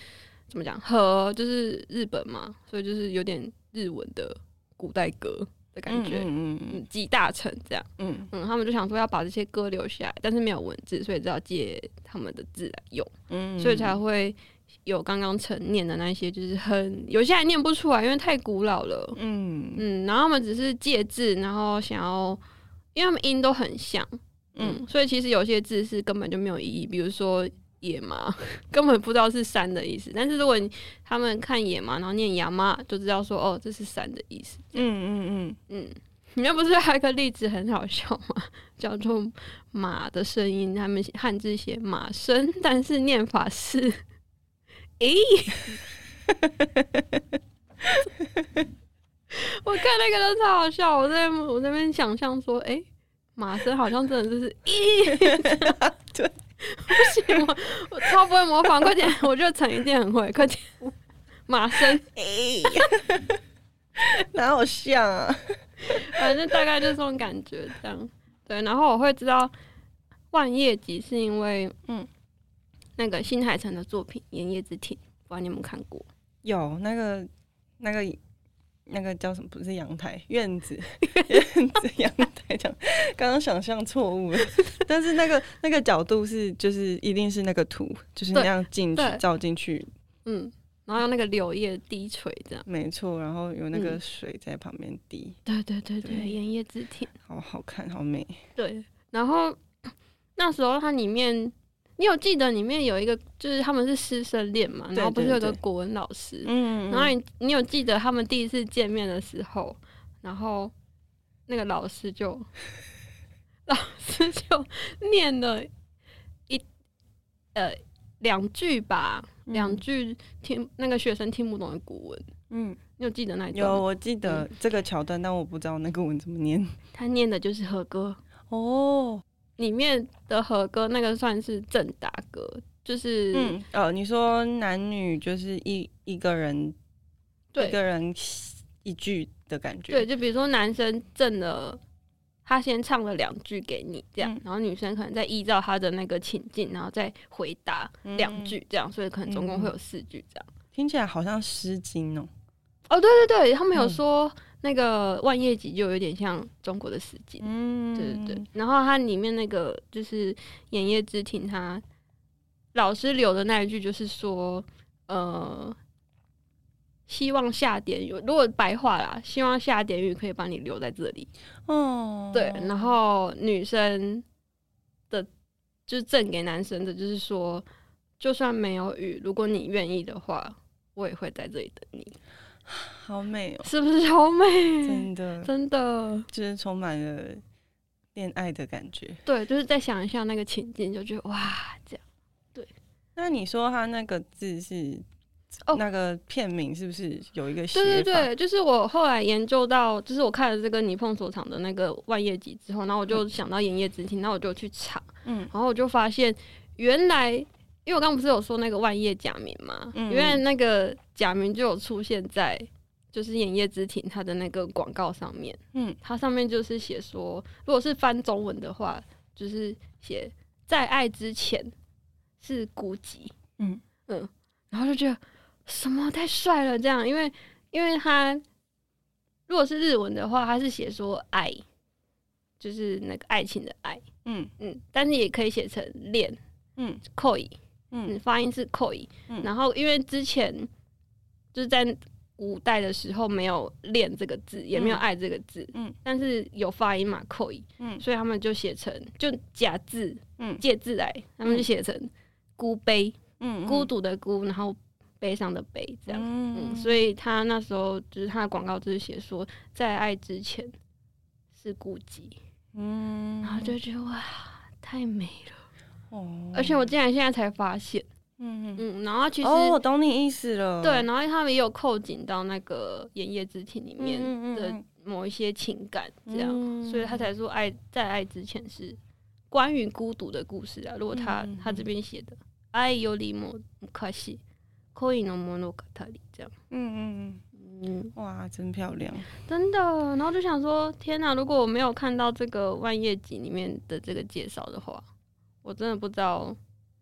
S2: 怎么讲和就是日本嘛，所以就是有点日文的古代歌的感觉，
S1: 嗯嗯嗯
S2: 嗯，集大成这样。
S1: 嗯
S2: 嗯，他们就想说要把这些歌留下来，但是没有文字，所以只好借他们的字来用，
S1: 嗯，
S2: 所以才会有刚刚晨念的那些，就是很有些还念不出来，因为太古老了。
S1: 嗯
S2: 嗯，然后他们只是借字，然后想要，因为他们音都很像，嗯
S1: 嗯，
S2: 所以其实有些字是根本就没有意义，比如说野马， [laughs] 根本不知道是山的意思。但是如果你他们看野马，然后念亚妈，就知道说哦，这是山的意思。
S1: 嗯嗯
S2: 嗯， [laughs] 你们不是还有一个例子很好笑吗？叫做马的声音，他们汉字写马声，但是念法是，咦、我看那个都超好笑，我在我在那边想象说，诶，马声好像真的就是咦，对，不行，我我超不会模仿，快点，我觉得陈一定很会，快点，马声。
S1: 嗯，哎 [laughs] 哪有像啊？
S2: 反正大概就是这种感觉，这样对。然后我会知道万叶集是因为
S1: 嗯
S2: 嗯，那个新海诚的作品《炎夜之庭》，不知道你有没有看过？
S1: 有那个那个那个叫什么？不是阳台，院
S2: [laughs]
S1: 子，院子阳台这样。刚刚想象错误了，但是那个那个角度是就是一定是那个图，就是那
S2: 对
S1: 样进去
S2: 对
S1: 照进去，
S2: 嗯，然后用那个柳叶低垂这样。
S1: 没错。然后有那个
S2: 嗯
S1: 水在旁边滴，
S2: 对对对对，
S1: 对
S2: 《炎夜之庭》
S1: 好好看，好美。
S2: 对。然后那时候它里面，你有记得里面有一个就是他们是师生恋嘛？然后不是有
S1: 对
S2: 个
S1: 对对
S2: 国文老师，
S1: 嗯，
S2: 然后你你有记得他们第一次见面的时候，然后那个老师
S1: [laughs]
S2: 就老师就念了一呃两句吧，
S1: 嗯
S2: 两句听那个学生听不懂的古文，
S1: 嗯，
S2: 你有记得那一段
S1: 有
S2: 吗？
S1: 我记得这个桥段，但我不知道那个文怎么念。
S2: 他念的就是和歌，
S1: [laughs] 哦，
S2: 里面的和歌那个算是正打歌，就是、
S1: 嗯，哦，你说男女就是一一个人一
S2: 对
S1: 个人一句的感觉，
S2: 对，就比如说男生正了，他先唱了两句给你，这样，
S1: 嗯
S2: 然后女生可能再依照他的那个情境，然后再回答
S1: 嗯
S2: 两句，这样，所以可能总共会有四句这样。
S1: 听起来好像《诗经》哦。
S2: 哦，对对对，他们有
S1: 嗯
S2: 说那个万叶集就有点像中国的诗经，
S1: 嗯
S2: 对对对。然后它里面那个就是《炎夜之庭》，它老师留的那一句就是说，呃。希望下点雨，如果白话啦，希望下点雨可以把你留在这里。
S1: 哦，
S2: 对，然后女生的就是赠给男生的，就是说，就算没有雨，如果你愿意的话，我也会在这里等你，
S1: 好美哦，
S2: [laughs] 是不是好美？ [laughs]
S1: 真
S2: 嗯
S1: 的，
S2: 真的，
S1: 就是充满了恋爱的感觉。
S2: 对，就是再想一下那个情境，就觉得哇，这样
S1: 那你说他那个字是
S2: 哦
S1: 那个片名是不是有一个写法？
S2: 对对对，就是我后来研究到，就是我看了这个尼碰所场的那个万叶集之后，然后我就想到炎夜之庭，然后我就去查，
S1: 嗯
S2: 然后我就发现原来，因为我刚刚不是有说那个万叶假名嘛，
S1: 嗯嗯
S2: 原来那个假名就有出现在就是《炎夜之庭》它的那个广告上面，
S1: 嗯
S2: 它上面就是写说，如果是翻中文的话，就是写在爱之前是孤寂，
S1: 嗯
S2: 嗯，然后就觉得什么太帅了，这样，因为因为他如果是日文的话，他是写说爱，就是那个爱情的爱。
S1: 嗯
S2: 嗯，但是也可以写成恋
S1: 嗯
S2: koi，嗯，
S1: 嗯
S2: 发音是 koi、
S1: 嗯
S2: 然后因为之前就是在古代的时候没有“恋”这个字，也没有
S1: 嗯
S2: “爱”这个字，
S1: 嗯
S2: 但是有发音嘛 koi，
S1: 嗯
S2: 所以他们就写成就假字
S1: 嗯
S2: 借字来，他们就写成孤悲，
S1: 嗯
S2: 孤独的孤，然后悲伤的悲这样。嗯，
S1: 嗯
S2: 所以他那时候就是他的广告就是写说，在爱之前是孤寂，
S1: 嗯，
S2: 然后就觉得哇，太美了。
S1: 哦，
S2: 而且我竟然现在才发现，
S1: 嗯嗯
S2: 嗯，然后其实、
S1: 哦，我懂你意思了，
S2: 对，然后他们也有扣紧到那个《炎夜之庭》里面
S1: 嗯嗯嗯
S2: 的
S1: 嗯
S2: 某一些情感，这样，
S1: 嗯
S2: 所以他才说爱在爱之前是关于孤独的故事啊。如果他、
S1: 嗯嗯嗯
S2: 他这边写的“爱よりも昔恋の物語”这样，
S1: 嗯嗯
S2: 嗯，
S1: 嗯，哇，真漂亮，
S2: 真的，然后就想说，天哪！如果我没有看到这个《万叶集》里面的这个介绍的话，我真的不知道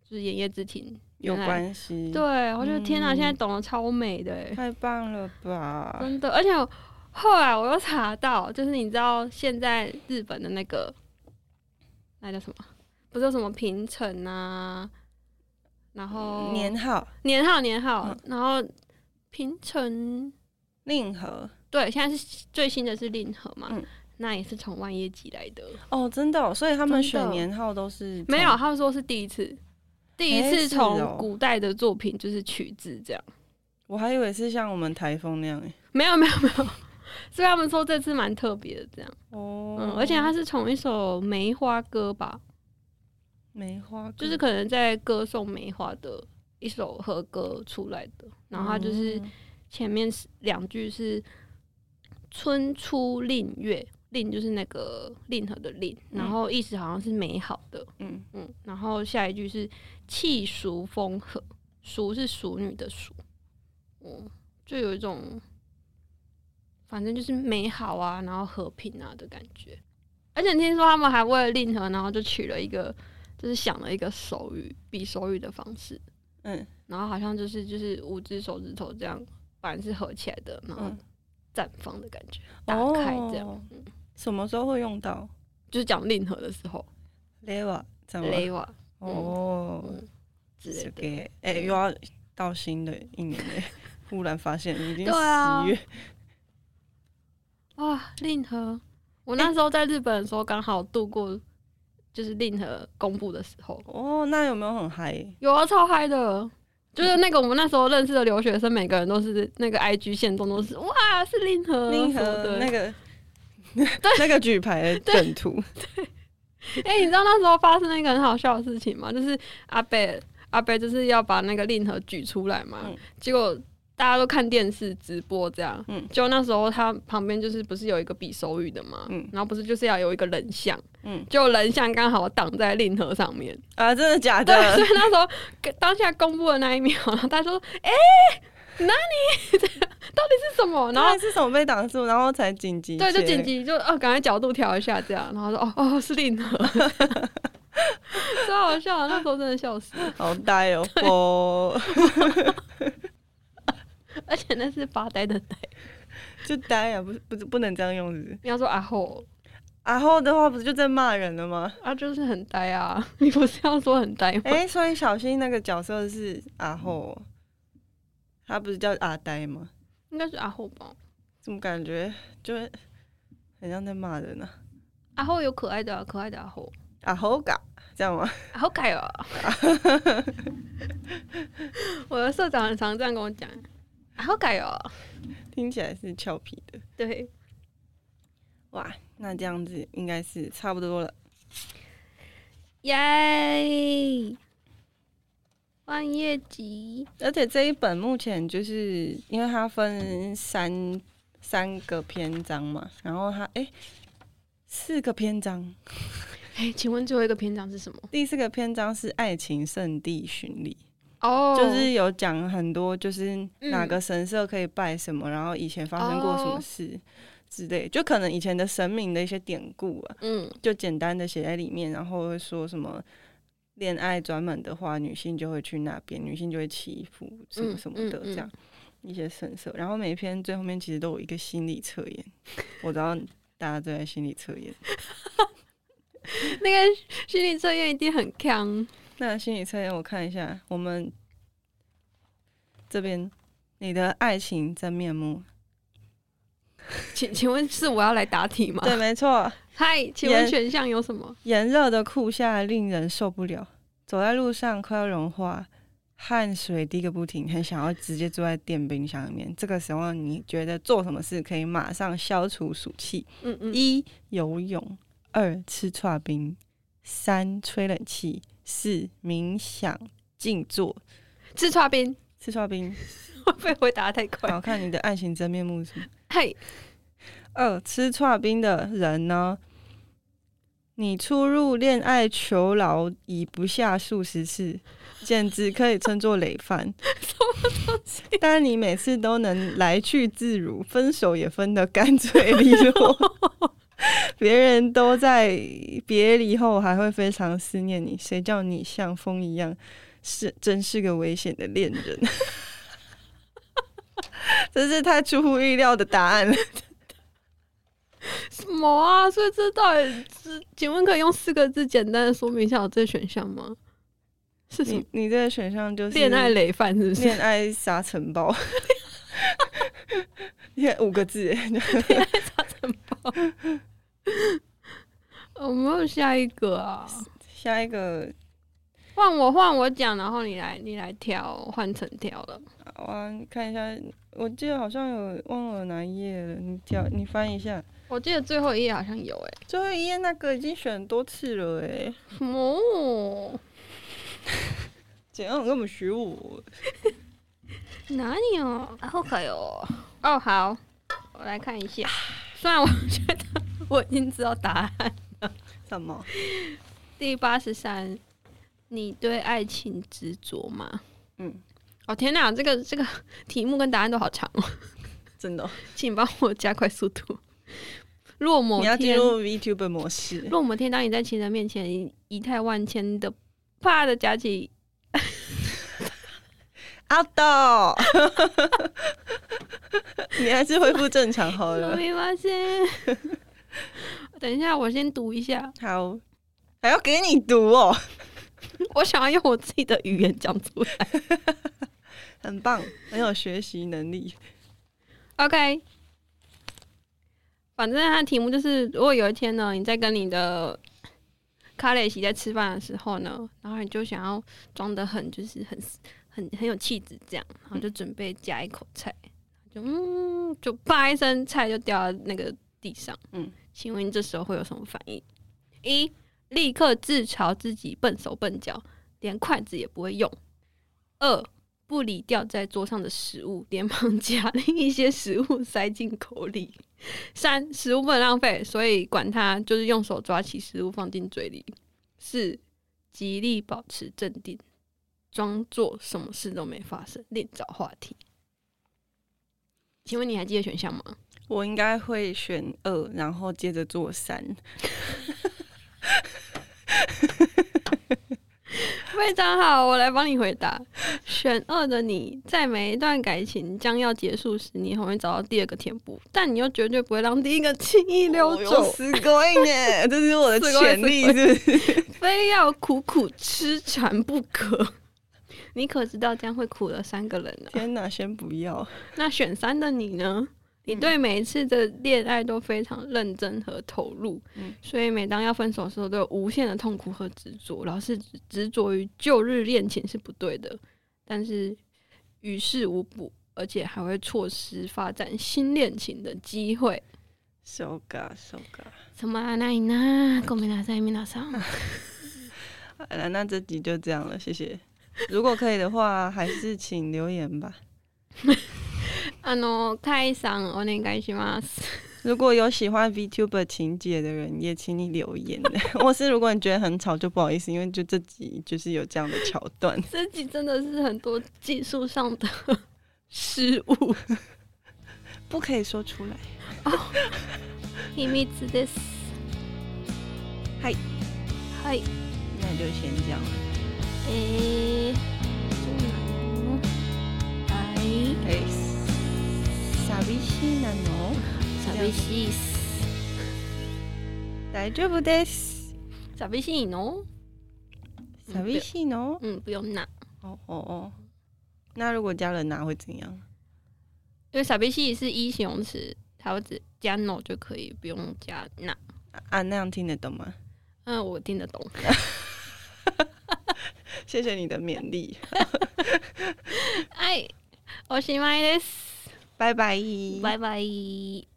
S2: 就是《炎夜之庭》
S1: 有
S2: 原来
S1: 关系，
S2: 对，我觉得天哪，
S1: 嗯
S2: 现在懂得超美的欸，
S1: 太棒了吧？
S2: 真的。而且我后来我又查到，就是你知道现在日本的那个那叫什么？不是有什么平成啊，然后
S1: 年号
S2: 年号年号，
S1: 嗯
S2: 然后平成
S1: 令和
S2: 对，现在是最新的是令和嘛，
S1: 嗯
S2: 那也是从万叶集来的。
S1: 哦，真的哦、所以他们
S2: 真的
S1: 选年号都是
S2: 没有，
S1: 从
S2: 他们说是第一次，第一
S1: 诶
S2: 次
S1: 是
S2: 从
S1: 哦
S2: 古代的作品就是取自这样。
S1: 我还以为是像我们台风那样欸诶。
S2: 没有没有没有， [laughs] 所以他们说这次蛮特别的这样。
S1: 哦，
S2: 嗯，而且它是从一首梅花歌吧，
S1: 梅花歌
S2: 就是可能在歌颂梅花的一首和歌出来的，然后它就是
S1: 嗯
S2: 前面是两句是“春初令月”，令就是那个令和的令，
S1: 嗯
S2: 然后意思好像是美好的，
S1: 嗯
S2: 嗯，然后下一句是“气熟风和”，熟是熟女的熟，嗯，就有一种反正就是美好啊，然后和平啊的感觉。而且听说他们还为了令和，然后就取了一个，就是想了一个手语，比手语的方式，
S1: 嗯
S2: 然后好像就是就是五只手指头这样，反正是合起来的，然后
S1: 嗯，
S2: 绽放的感觉，打开这样，
S1: 哦
S2: 嗯、
S1: 什么时候会用到
S2: 就是讲令和的时候，
S1: ？leva 怎么
S2: 雷瓦
S1: 哦？
S2: 嗯之类
S1: 这
S2: 的
S1: 个。哎，又要到新的一年嘞， [laughs] 忽然发现已经
S2: 对啊
S1: 十月，
S2: 哇，令和！我
S1: 哎
S2: 那时候在日本的时候，刚好度过就是令和公布的时候，
S1: 哦，那有没有很嗨？
S2: 有啊，超嗨的！就是那个我们那时候认识的留学生，每个人都是那个 IG 线动都是哇，是令和
S1: 令
S2: 呃什么
S1: 和
S2: 的。
S1: 那
S2: [laughs]
S1: 个 [laughs] 那个举牌的梗图，
S2: 哎、你知道那时候发生了一个很好笑的事情吗？就是阿贝阿贝就是要把那个令和举出来嘛，
S1: 嗯
S2: 结果大家都看电视直播这样，
S1: 嗯
S2: 就那时候他旁边就是不是有一个比手语的嘛，
S1: 嗯
S2: 然后不是就是要有一个人像，
S1: 嗯
S2: 就人像刚好挡在令和上面，
S1: 啊，真的假
S2: [laughs] 对，所
S1: [laughs] 的？
S2: 以那时候跟当下公布的那一秒，然后大家说：“哎、哪里？ [laughs] 这样到底是什么？”然后
S1: 后是手被挡住，然后才紧急
S2: 对，就
S1: 切
S2: 紧急就哦，赶快角度调一下，这样，然后说：“哦哦，是令 [laughs] 和。”超好笑的，那时候真的笑死。
S1: 好呆哦，哦， [laughs]
S2: 而且那是发呆的呆。
S1: 就呆啊，不是不是不能这样用是不是？
S2: 你要说啊吼
S1: 然后的话不是就在骂人了吗？
S2: 啊，就是很呆啊， [laughs] 你不是要说很呆吗？
S1: 哎、所以小新那个角色是阿后，他不是叫阿呆吗？
S2: 应该是啊吼吧？
S1: 怎么感觉就是很像在骂人呢、
S2: 啊吼有可爱的、啊，可爱的啊吼，
S1: 啊？阿后嘎这样吗？
S2: 啊吼改 [laughs] 哦。我的社长很常这样跟我讲，啊吼改哦。
S1: 听起来是俏皮的
S2: 对，
S1: 哇。那这样子应该是差不多了。
S5: 耶！万叶集
S1: 而且这一本目前就是因为它分三三个篇章嘛，然后它哎、四个篇章，
S2: 哎、请问最后一个篇章是什么？
S1: 第四个篇章是爱情圣地巡礼。
S2: 哦嗯
S1: 就是有讲很多，就是哪个神社可以拜什么，然后以前发生过什
S2: 哦
S1: 么事之类，就可能以前的神明的一些典故啊，
S2: 嗯，
S1: 就简单的写在里面，然后会说什么恋爱专门的话，女性就会去那边，女性就会祈福什么什么的
S2: 嗯嗯
S1: 这
S2: 嗯
S1: 样、一些神社，然后每一篇最后面其实都有一个心理测验，我知道大家都在心理测验，
S2: 那个心理测验一定很强。
S1: 那心理测验我看一下，我们这边你的爱情真面目。
S2: 请请问是我要来答题吗？
S1: 对，没错，
S2: 嗨，请问
S1: 也
S2: 选项有什么？
S1: 炎热的酷夏令人受不了，走在路上快要融化，汗水滴个不停，很想要直接坐在电冰箱里面。这个时候，你觉得做什么事可以马上消除暑气？
S2: 嗯嗯，
S1: 一游泳，二吃串冰，三吹冷气，四冥想静坐。
S2: 吃刨冰
S1: 吃串冰，
S2: [laughs] 会不会回答太快？
S1: 好看你的爱情真面目是什么？
S2: 嗨，
S1: 二吃串冰的人呢，你出入恋爱囚牢已不下数十次，简直可以称作累犯。但你每次都能来去自如，分手也分得干脆利落。别人都在别离后还会非常思念你，谁叫你像风一样，是真是个危险的恋人。真是太出乎意料的答案了。
S2: 什么啊？所以这到底是？请问可以用四个字简单的说明一下我这个选项吗？是什么 [laughs]
S1: 你？你这个选项就是
S2: 恋爱累犯是不是？
S1: 恋爱沙尘
S2: [laughs]
S1: 暴，恋爱五个字耶，
S2: 哦我没有下一个啊，
S1: 下一个
S2: 换我换我讲，然后你来你来挑，换成挑了。
S1: 好啊，你看一下，我记得好像有忘了哪一页了，你挑你翻一下，
S2: 我记得最后一页好像有哎、
S1: 最后一页那个已经选很多次了哎，
S2: 什么？
S1: 怎样那么学我？
S2: 哪里哦？
S5: 啊然后可有
S2: 哦，好，我来看一下。虽然我觉得我已经知道答案。
S1: 什么？
S2: 第八十三，你对爱情执着吗？
S1: 嗯，
S2: 哦天哪，这个这个 [laughs] 题目跟答案都好长哦， [laughs]
S1: 真的哦，
S2: 请帮我加快速度。 [laughs] 若某
S1: 你要进
S2: 天，
S1: 入 VTuber 模式，
S2: 若某天，当你在情人面前仪仪态万千的啪的夹起，
S1: 阿豆，
S2: [laughs]
S1: 你还是恢复正常好了。
S2: 没
S1: [laughs]
S2: 发现。 [laughs] 等一下，我先读一下。
S1: 好，还要给你读哦，
S2: 我想要用我自己的语言讲出来。
S1: 很棒，很有学习能力。
S2: OK，反正它的题目就是，如果有一天呢，你在跟你的卡雷西在吃饭的时候呢，然后你就想要装的很就是很很很有气质这样，然后就准备夹一口菜，就嗯，就啪一声，菜就掉到那个地上。
S1: 嗯，
S2: 请问你这时候会有什么反应？一，立刻自嘲自己笨手笨脚，连筷子也不会用；二，不理掉在桌上的食物， [laughs] 连忙夹另一些食物塞进口里。三，食物不能浪费，所以管它，就是用手抓起食物放进嘴里。四，极力保持镇定，装作什么事都没发生，另找话题。请问你还记得选项吗？
S1: 我应该会选二，然后接着做三。
S2: 非常好，我来帮你回答。选二的你，在每一段感情将要结束时，你很会找到第二个填补，但你又绝对不会让第一个轻易溜
S1: 我哦有
S2: 走，
S1: 死鬼呢，这是我 [laughs] 的潜力，是不 [laughs] 是？
S2: 非要苦苦痴缠不可。 [laughs] 你可知道这样会苦了三个人呢、
S1: 天哪，先不要。
S2: 那选三的你呢？你
S1: 嗯
S2: 对每一次的恋爱都非常认真和投入，
S1: 嗯
S2: 所以每当要分手的时候，都有无限的痛苦和执着，老是执执着于旧日恋情是不对的，但是于事无补，而且还会错失发展新恋情的机会。
S1: So ga, so ga。
S2: 什么啊？那你 [laughs] 呢？ごめんなさい皆さ [laughs] ん
S1: 好了，那这集就这样了，谢谢。如果可以的话，还是请留言吧。
S2: あの解散お願いします。
S1: 如果有喜欢 VTuber 情节的人，也请你留言。 [laughs] 或是如果你觉得很吵，就不好意思，因为就这集就是有这样的桥段。
S2: 这集真的是很多技术上 [laughs] 的失误。
S1: 不可以说出来。
S2: 秘密です。
S1: はい。
S2: はい。
S1: 那就先这样了。
S2: えー、そうなのはい。
S1: 哎，寂しいなの？
S5: 寂しいっす。
S1: 大丈夫です。
S2: 寂しいの
S1: 寂しいの？
S2: うん、不用な。
S1: 哦哦哦。那如果家人拿会怎样？
S2: 因为寂しい是一形容词，它会只加 no 就可以，不用加な。
S1: 啊，那样听得懂 [laughs] 吗？
S2: 嗯，我听得懂。
S1: 谢谢你的勉励，
S2: はい。おしまいです。
S1: 拜拜。
S5: バイバイ。